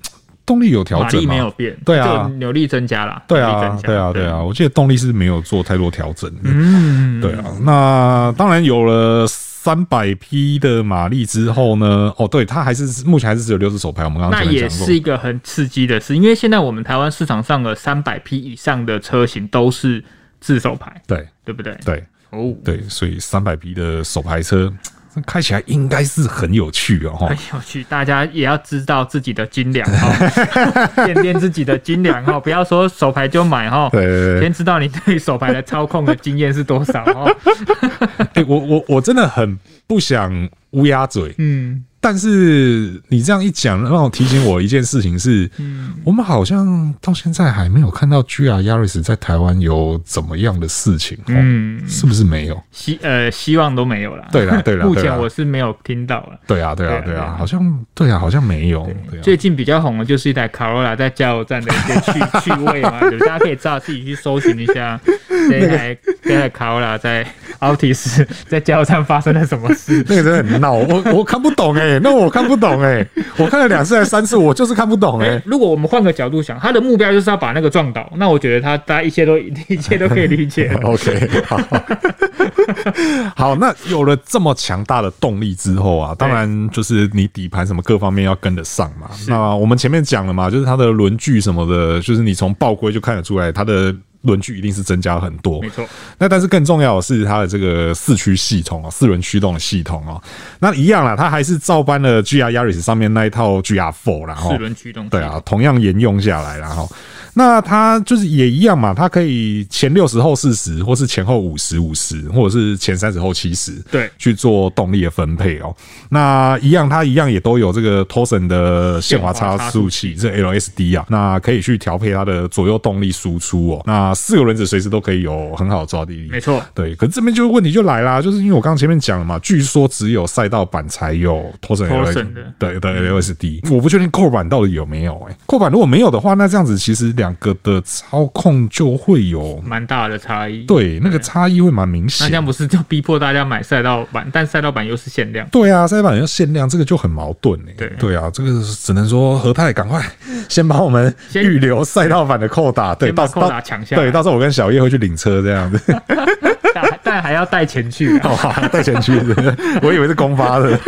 动力有调
马
整
力没
吗？
有变，
对啊
就扭力增加了，
对
扭力
啊
增，加
对啊，对啊，，我记得动力是没有做太多调整的。
嗯，
对啊，那当然有了三百匹的马力之后呢，哦，对，它还是目前还是只有六十手排，我们刚刚
那
前面
也
讲过
是。一个很刺激的事，因为现在我们台湾市场上的三百匹以上的车型都是自手牌，
对
对不对？
对
哦，
对，所以三百匹的手排车开起来应该是很有趣哦。哈
很有趣，大家也要知道自己的斤两
<laughs>
哈，掂掂自己的斤两哈，不要说手牌就买哈。
对对对
先知道你对手牌的操控的经验是多少哈。
哎、我我我真的很不想乌鸦嘴，
嗯，
但是你这样一讲，让我提醒我一件事情是，
嗯
我们好像到现在还没有看到 GR Yaris 在台湾有怎么样的事情，哦，
嗯，
是不是没有？
希呃希望都没有啦。
对啦对啦
目
对
前
啦
我是没有听到了。
对啊，对啊
对啊，
对
对
啊
啊，
好像对啊，好像没有。对啊
最近比较红的就是一台 Corolla 在加油站的一些趣趣味嘛，对不对大家可以知道自己去搜寻一下
<laughs>
这一台这一台 Corolla 在奥提斯在加油站发生了什么
<laughs>
事。
那个真的很闹，我我看不懂哎、那我看不懂哎、我看了两次还是三次，我就是看不懂哎、
哎，如果我们换个角度想，他的目标就是要把那个撞倒，那我觉得他大家一切都 <laughs> 一切都可以
<laughs>
理解。 <laughs>
OK，好，好，那有了这么强大的动力之后啊，当然就是你底盘什么各方面要跟得上嘛。那我们前面讲了嘛，就是它的轮距什么的，就是你从报规就看得出来，它的轮距一定是增加很多
没。错，
那但是更重要的是它的这个四驱系统哦，四轮驱动的系统哦，那一样啦，它还是照搬了 GR Yaris 上面那一套 GR4 啦。哦
四。轮驱动。
对，啊，同样沿用下来，然后那它就是也一样嘛，它可以前六十后四十，或是前后五十五十，或者是前三十后七十，
对
去做动力的分配哦。那一样，它一样也都有这个 Tosen 的限滑差速器，这 LSD 啊，那可以去调配它的左右动力输出哦。那四个轮子随时都可以有很好的抓地力，
没错。
对，可是这边就问题就来啦，就是因为我刚刚前面讲了嘛，据说只有赛道版才有 Torsen
Torsen 的
对对 LSD，我不确定扣板到底有没有哎、扣板如果没有的话，那这样子其实两个的操控就会有
蛮大的差异。，
对那个差异会蛮明
那这
显
样。不是就逼迫大家买赛道版？但赛道版又是限量。
对啊，赛道版要限量，这个就很矛盾哎、
对
对啊，这个只能说和泰赶快先把我们
先
预留赛道版的扣打，对，
先把
到
扣
到
打抢下来
对，到时候我跟小叶会去领车这样子。
<laughs> 但但还要带钱去啊。
<laughs> 哦，好带钱去的，我以为是公发
<laughs>
的。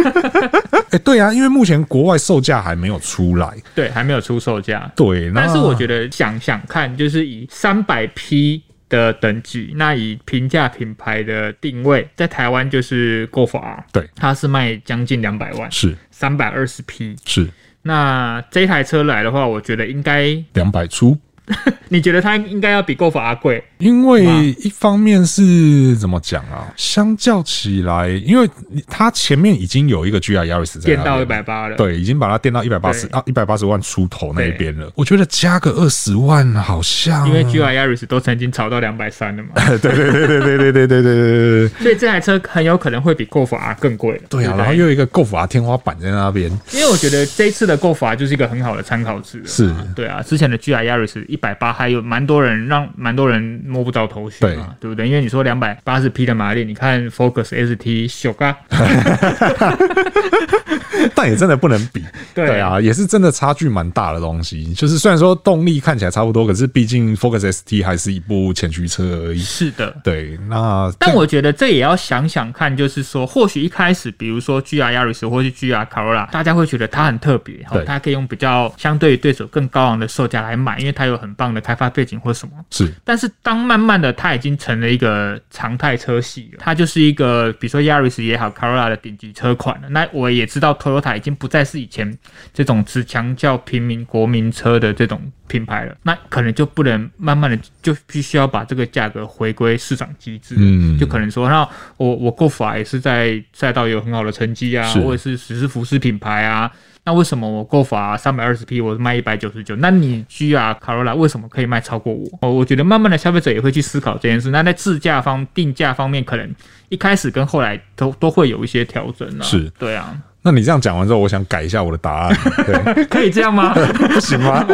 哎、对啊，因为目前国外售价还没有出来。
对，还没有出售价。
对，
但是我觉
得
得想想看，就是以三百 P 的等级，那以平价品牌的定位，在台湾就是 Go f R，
对
它是卖将近两百万，
是
三百二十 P。
是
那这台车来的话，我觉得应该，
两百出，
你觉得它应该要比 Go f R 贵？
因为一方面是怎么讲啊？相较起来，因为它前面已经有一个 GR Yaris 在那边
电到一百八了，，
啊对，已经把它垫到一百八十
对
啊，一百八十万出头那边了。我觉得加个二十万好像， <laughs>
因为 G R Yaris 都曾经炒到两百三了嘛，
对对对对对对对对对对对对
所以这台车很有可能会比 Go f R 更贵了。
对啊！
不
然后又有一个 g o f 天花板在那边，
因为我觉得这一次的 Go 法就是一个很好的参考值了。
是
对啊，之前的 GR Yaris 一百八还有蛮多人让蛮多人摸不着头绪嘛，对不对？因为你说两百八十匹的马力，你看 Focus ST 小嘎，
但也真的不能比。
对
对啊，也是真的差距蛮大的东西。就是虽然说动力看起来差不多，可是毕竟 Focus ST 还是一部前驱车而已。
是的。
对，那
但我觉得这也要想想看，就是说，或许一开始，比如说 GR Yaris 或是 GR Corolla，大家会觉得它很特别，好
对，
它可以用比较相对于对手更高昂的售价来买，因为它有很棒的开发背景或什么。
是
但是当慢慢的它已经成了一个常态车系了，它就是一个比如说 Yaris 也好，Corolla 的顶级车款了。那我也知道 Toyota 已经不再是以前这种只强调平民国民车的这种品牌了，那可能就不能慢慢的就必须要把这个价格回归市场机制，
嗯
就可能说，那我我 Go 法也是在赛道有很好的成绩啊，
是
或者是只是服饰品牌啊，那为什么我 Go 法三百二十 P 我卖一百九十九？那你 GR Corolla 为什么可以卖超过我？哦，我觉得慢慢的消费者也会去思考这件事。那在制价方、定价方面，可能一开始跟后来都都会有一些调整啊。
是，
对啊，
那你这样讲完之后，我想改一下我的答 <laughs> 案，对，
可以这
<laughs>
样吗？ <laughs>
不行吗？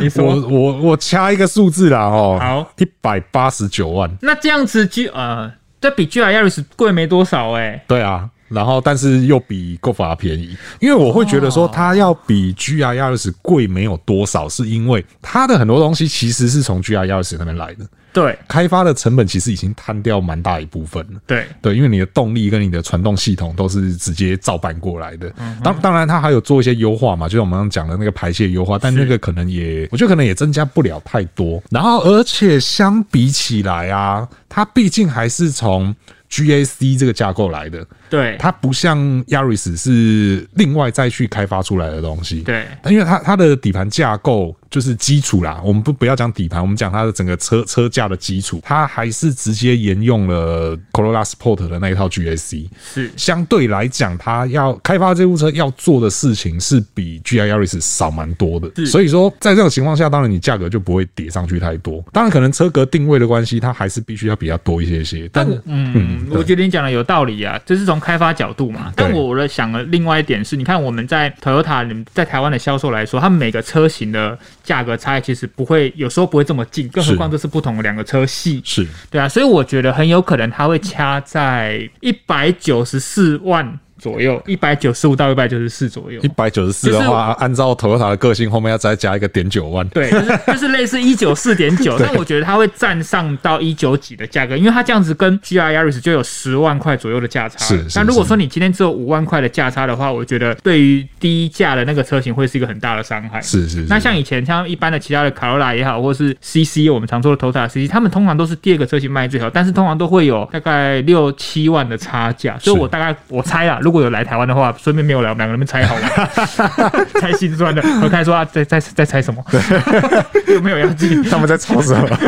你说。
我我我掐一个数字啦，哦，
好，
一百八十九万，
那这样子 G 呃，这比 GR Yaris 贵没多少哎、
对啊。然后，但是又比 g o f 便宜，因为我会觉得说它要比 GR 幺二十贵没有多少，是因为它的很多东西其实是从 GR 幺二十那边来的，
对
开发的成本其实已经摊掉蛮大一部分了。
对，
对，因为你的动力跟你的传动系统都是直接照搬过来的。当当然，它还有做一些优化嘛，就像我们刚刚讲的那个排气优化，但那个可能也，我觉得可能也增加不了太多。然后，而且相比起来啊，它毕竟还是从 GAC 这个架构来的，
对
它不像 Yaris 是另外再去开发出来的东西。
对
但因为它它的底盘架构就是基础啦，我们不不要讲底盘，我们讲它的整个车车架的基础，它还是直接沿用了 Corolla Sport 的那一套 GSC。
是
相对来讲，它要开发这部车要做的事情是比 G I Yaris 少蛮多的，
是
所以说在这种情况下，当然你价格就不会叠上去太多。当然，可能车格定位的关系，它还是必须要比较多一些些。但
我嗯，我觉得你讲的有道理啊，这是从开发角度嘛。
对
但我的想的另外一点是，你看我们在 Toyota 你们在台湾的销售来说，他们每个车型的价格差异其实不会，有时候不会这么近，更何
是
况这是不同的两个车系。
是
对啊，所以我觉得很有可能它会掐在一百九十四万左右，一百九十五到一百九十四左右
一。百九十四
就是
的话，按照 Toyota 的个性，后面要再加一个点九万。
对，就是就是类似一九四点九，但我觉得它会站上到一九几的价格，因为它这样子跟 G R Yaris 就有十万块左右的价差。
是是
那如果
是
说你今天只有五万块的价差的话，我觉得对于低价的那个车型会是一个很大的伤害。
是是是，
那像以前像一般的其他的卡罗拉也好，或是 CC 我们常说的 Toyota CC，他们通常都是第二个车型卖最好，但是通常都会有大概六七万的差价。所以
是
我大概我猜啊，如果有来台湾的话，顺便没有来，我们两个人猜好 <laughs> 了，猜心酸的。我开始说啊，在在在猜什 <laughs> 么？有没有要进？
<laughs> 他们在吵什么？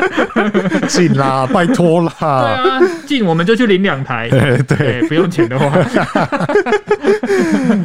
<laughs> 进啦，拜托啦！
对啊，进我们就去领两台。
<laughs>
对，啊不用钱的话，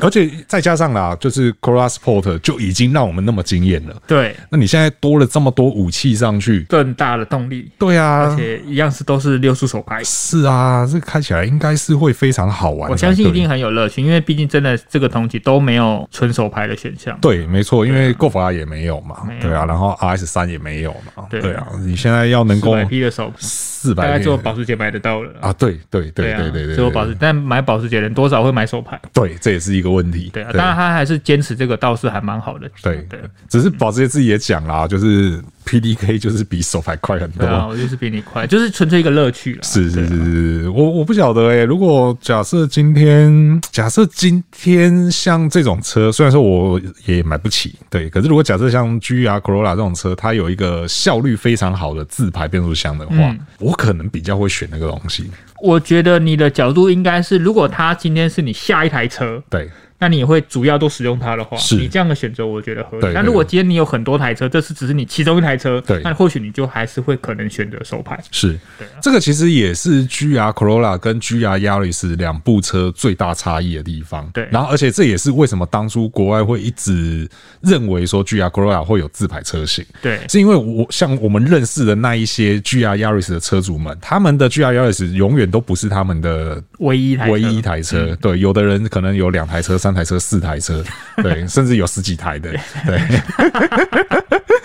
而且再加上啦，就是 Corolla Sport 就已经让我们那么惊艳了。
对，
那你现在多了这么多武器上去，
更大的动力，
对啊
而，且一样是都是六速手排。
是啊，这开起来应该是会非常好玩。
我相信一定。很有乐趣，因为毕竟真的这个同级都没有纯手牌的选项。
对，没错，因为 Golf R 也没有嘛
啊没，有
对啊，然后 RS 三也没有嘛，
对
对啊，你现在要能
四
够
百 P 的手，
四
大
百
概只有保时捷买得到了。
啊，对对对
啊
对对对，
只有保时，但买保时捷的人多少会买手牌。
对，这也是一个问题。
对啊，当然他还是坚持这个倒是还蛮好的。
对
对，
只是保时捷自己也讲啦，就是 PDK 就是比手牌快很多
对。啊，我就是比你快，就是纯粹一个乐趣啦。
是是
对
是
啊，
是，是我我不晓得诶、如果假设今天，假设今天像这种车，虽然说我也买不起，对，可是如果假设像 G R Corolla 这种车，它有一个效率非常好的自排变速箱的话，
嗯
我可能比较会选那个东西。
我觉得你的角度应该是，如果他今天是你下一台车，
对，
那你也会主要都使用它的话，
是
你这样的选择我觉得合
对
理。但如果今天你有很多台车，这是只是你其中一台车，
对
那或许你就还是会可能选择手牌。
是
对啊，
这个其实也是 G R Corolla 跟 G R Yaris 两部车最大差异的地方。
对
然后而且这也是为什么当初国外会一直认为说 G R Corolla 会有自排车型，
对，
是因为我像我们认识的那一些 G R Yaris 的车主们，他们的 G R Yaris 永远都不是他们的
唯一一台车，
唯一一台
嗯
车，对，有的人可能有两台车、三台车、四台
<laughs>
车，对，甚至有十几台的，对。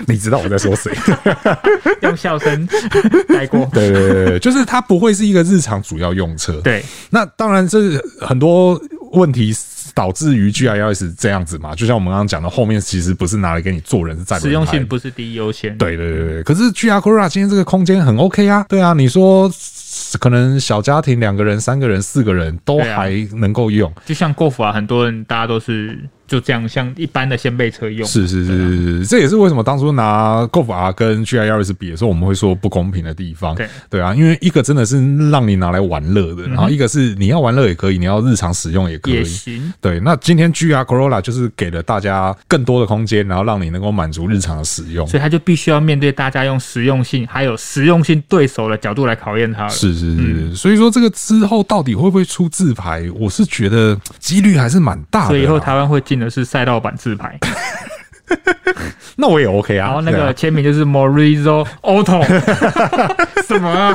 你知道我在说
<laughs>
谁？
用
<laughs>
笑声带过。
对对对对，就是它不会是一个日常主要用车。
对，
那当然，这很多问题导致于 G I L S 这样子嘛。就像我们刚刚讲的，后面其实不是拿来给你做人，是在
实用性。不是第一优先。，
对对对对，可是 G R Corolla 今天这个空间很 OK 啊，对啊，你说可能小家庭两个人、三个人、四个人都
对啊
还能够用，
就像 Golf 啊，很多人大家都是就这样，像一般的先辈车用。
是是是是是，这也是为什么当初拿 Golf R 跟 G I L S 比的时候，我们会说不公平的地方。
对嗯
对啊，因为一个真的是让你拿来玩乐的，然后一个是你要玩乐也可以，你要日常使用也可以
也。行，
对，那今天 G R Corolla 就是给了大家更多的空间，然后让你能够满足日常的使用。
所以他就必须要面对大家用实用性还有实用性对手的角度来考验它了。
是是是，
嗯
所以说这个之后到底会不会出自排，我是觉得几率还是蛮大的啦。
所以以后台湾会进的是赛道版自排，
那我也 OK 啊，
然后那
对啊
个签名就是 Morizo
<laughs>
Auto，什么啊？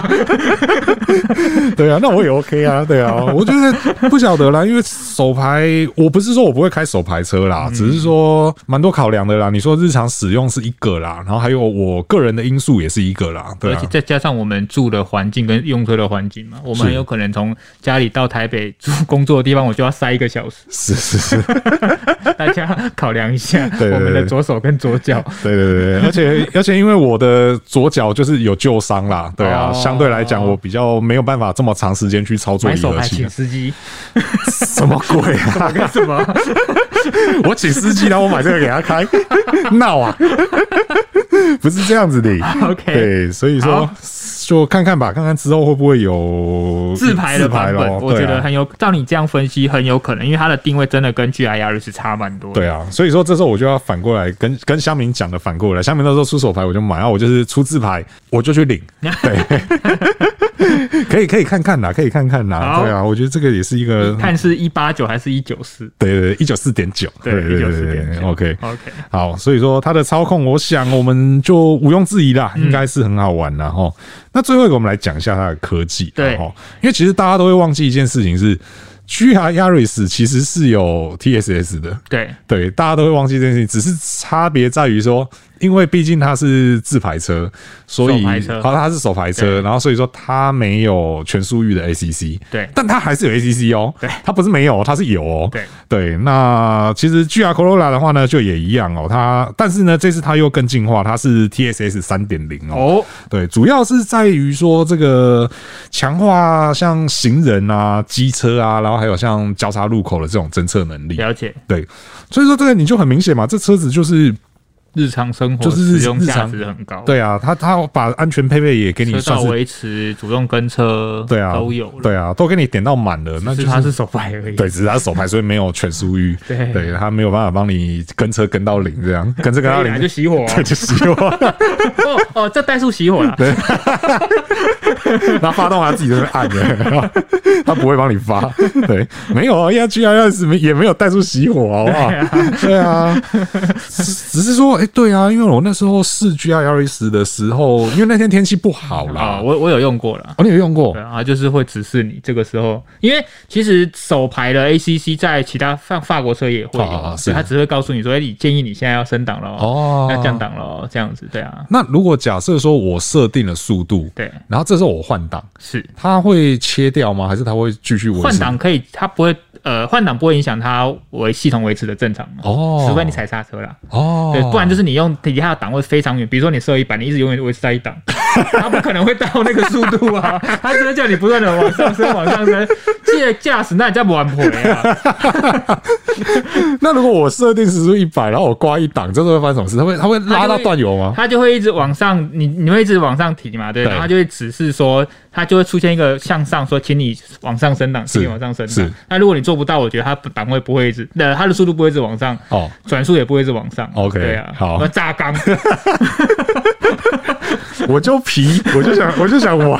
对啊，那我也 OK 啊，对
<laughs>
啊，我觉得不晓得啦，因为手牌，我不是说我不会开手牌车啦，
嗯
只是说蛮多考量的啦。你说日常使用是一个啦，然后还有我个人的因素也是一个啦，对
而
啊
且，再加上我们住的环境跟用车的环境嘛，我们很有可能从家里到台北住工作的地方，我就要塞一个小
<laughs>
时。
是是是，
大家考量一下
对对对
我们的左手跟左
<laughs>
脚。
对对对对，而且 <laughs> 而且因为我的左脚就是有旧伤啦，对啊，
哦
相对来讲我比较没有办法这么长时间去操作
买
离
手
合
牌
器
请，司机，
<laughs> 什么鬼
<laughs>
啊？
干什么？
我请司机，然后我买这个给他开， <laughs> 闹啊！不是这样子的
<laughs> OK
对，所以说
好
就看看吧，看看之后会不会有
自排的
自排
版本，
咯
我
对
觉
啊
得很有。照你这样分析，很有可能，因为它的定位真的跟 G I R 是差蛮多的。
对啊，所以说这时候我就要反过来跟跟乡民讲的反过来，乡民那时候出手牌我就买，然啊后我就是出字牌我就去 <laughs> 领，对， <laughs> 可以可以看看啦，可以看看啦，
好
对啊，我觉得这个也是一个，
看是一八九还是一九四？
对对，一九四点九，对对对对对
194.9
，OK。
OK，
好，所以说它的操控，我想我们就毋庸置疑啦，应该是很好玩啦。哈。那最后一个，我们来讲一下它的科技啦，
对
齁因为其实大家都会忘记一件事情是，GR Yaris 其实是有 TSS 的，
对
对，大家都会忘记这件事情，只是差别在于说，因为毕竟它是自排车，所以
手排车
好，它是手排车，
对
然后所以说它没有全速域的 ACC，
对
但它还是有 ACC 哦，
对
它不是没有，它是有哦，
对
对。那其实 GR Corolla 的话呢，就也一样哦，它但是呢，这次它又更进化，它是 TSS 三点零哦，
哦，
对，主要是在于说这个强化像行人啊、机车啊，然后还有像交叉路口的这种侦测能力，
了解。
对，所以说这个你就很明显嘛，这车子就是
日常生活
就是日
使用
日
价
常
值很高，，
对啊，它它把安全配备也给你
哦车
算
道
是
维持、主动跟车，
对啊
都有了。
对啊，都给你点到满了，那
只
就是
它是手牌而已。
对，只是它手牌所以没有全速域，
对
对，它没有办法帮你跟车跟到零这
<laughs>
样，跟车跟到
可以
零
啦，啊就
<laughs>
熄火、
对就希望，
哦哦哦，这怠速熄
<laughs>
火了。
然后发动它自己在那边按
<laughs>
的，它不会帮你发，对，没有啊，因为 G R 二十也没有带出熄火，好不好？对啊，只只是说，哎、对啊，因为我那时候试 G R 二十的时候，因为那天天气不好
啊、
啦，
我我有用过了。
哦，你有用过
对？啊，就是会指示你这个时候，因为其实手牌的 ACC 在其他法法国车也会有，
啊啊啊是
对它只会告诉你说，哎、你建议你现在要升档了，
哦
要降档了，这样子，对啊，
那如果假设说我设定了速度，
对，
然后这时候我换挡，
是
它会切掉吗？还是它会继续维持？
换挡可以，它不会，呃，换挡不会影响它维系统维持的正常嘛，
哦
除非你踩刹车啦，
哦，
对，不然就是你用离它的档位非常远，比如说你设一百，你一直永远维持在
<laughs>
一档，它不可能会到那个速度啊，它只会叫你不断的往上升，往上升，这驾驶那人家不玩不回啊，
那如果我设定时速一百，然后我挂一档，这时候会发生什么事？它会它会拉到断油吗？
它就会一直往上，你你会一直往上提嘛，对，
对
然后它就会指示说，它就会出现一个向上说，请你往上升档，请你往上升
是
档。那如果你做不到，我觉得它档位不会一直，呃，它的速度不会一直往上， <laughs>
哦，
转速也不会一直往上。
OK，
对啊，
好
那榨
<laughs>
缸，
我就皮，我就想，我就想玩。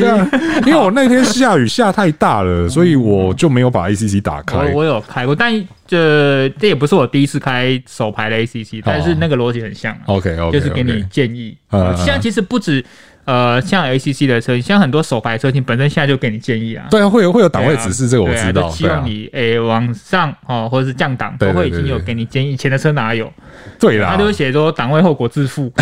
<laughs> 对啊，因为我那天下雨下太大了，所以我就没有把 ACC 打
我
开。
哦我有开过，但这这也不是我第一次开手牌的 ACC，但是那个逻辑很像啊、
OK 哦 OK，
就是给你建议。
嗯
呃像其实不止呃，像 ACC 的车，像很多手牌车型本身现在就给你建议啊。
对啊，会有会有档
对
位
啊
指示，这个我
对啊
知道
就。希
对
望
啊，
你诶、往上哦，或者是降档，
对
都
对
会已经
对
有
对
给你建议。以前的车哪有？
对啊啦
他，就会写说档位后果自
<laughs>
负。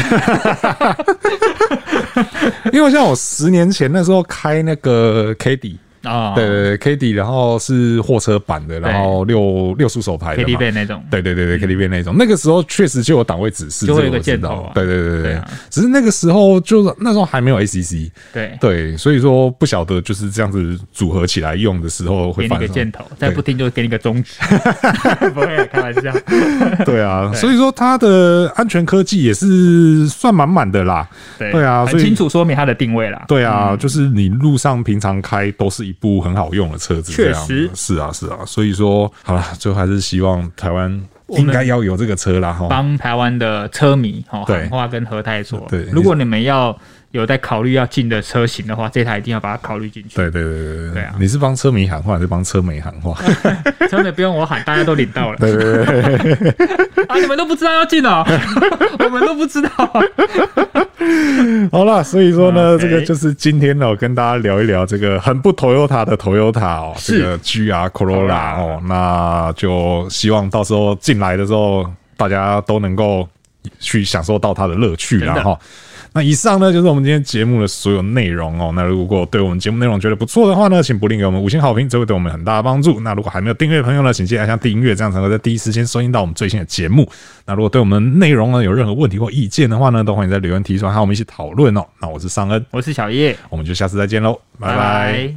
因为像我十年前那时候开那个 K D，
啊，
对对对 K D，然后是货车版的，然后六六速手牌的嘛
，KTV 的那种。
对对对对，KTV 那种，那个时候确实就有档位指示，
就会
这
有个
我知
箭头
道
啊
对对对对
对
对
啊，
只是那个时候就是那时候还没有 ACC，
对，
对，所以说不晓得就是这样子组合起来用的时候
给
会
你
发
个
生什
箭
么。
头，再不听就给你个
<laughs>
中指。不会啊，开玩笑。
对
<laughs>
啊，所以说它的安全科技也是算满满的啦。
对
对啊
很
所以
清楚说明它的定位啦。
对啊，就是你路上平常开都是一部很好用的车子，
确
这样
实
是啊是啊，所以说好啦，最后还是希望台湾
我
应
们
该要有这个车啦哈。
帮台湾的车迷哦
对
喊话跟和泰说
对，
如果你们要有在考虑要进的车型的话，这台一定要把它考虑进去。
对对对对对
对啊
你是帮车迷喊话还是帮车媒喊话？
车迷不用我喊，大家都领到
<laughs>
了
对对对对，
啊！你们都不知道要
<laughs>
进哦，我们都不知道。
好啦，所以说呢，
OK
这个就是今天呢，我跟大家聊一聊这个很不 Toyota 的 Toyota 哦，
是
这个 GR Corolla
Corolla
哦，那就希望到时候进来的时候，大家都能够去享受到它的乐趣啦
真的
哈。那以上呢就是我们今天节目的所有内容哦。那如果对我们节目内容觉得不错的话呢，请不吝给我们五星好评，这会对我们很大的帮助。那如果还没有订阅的朋友呢，请记得按下订阅，这样才能在第一时间收听到我们最新的节目。那如果对我们内容呢有任何问题或意见的话呢，都欢迎在留言提出来，和我们一起讨论哦。那我是尚恩，
我是小叶，
我们就下次再见喽，拜拜
拜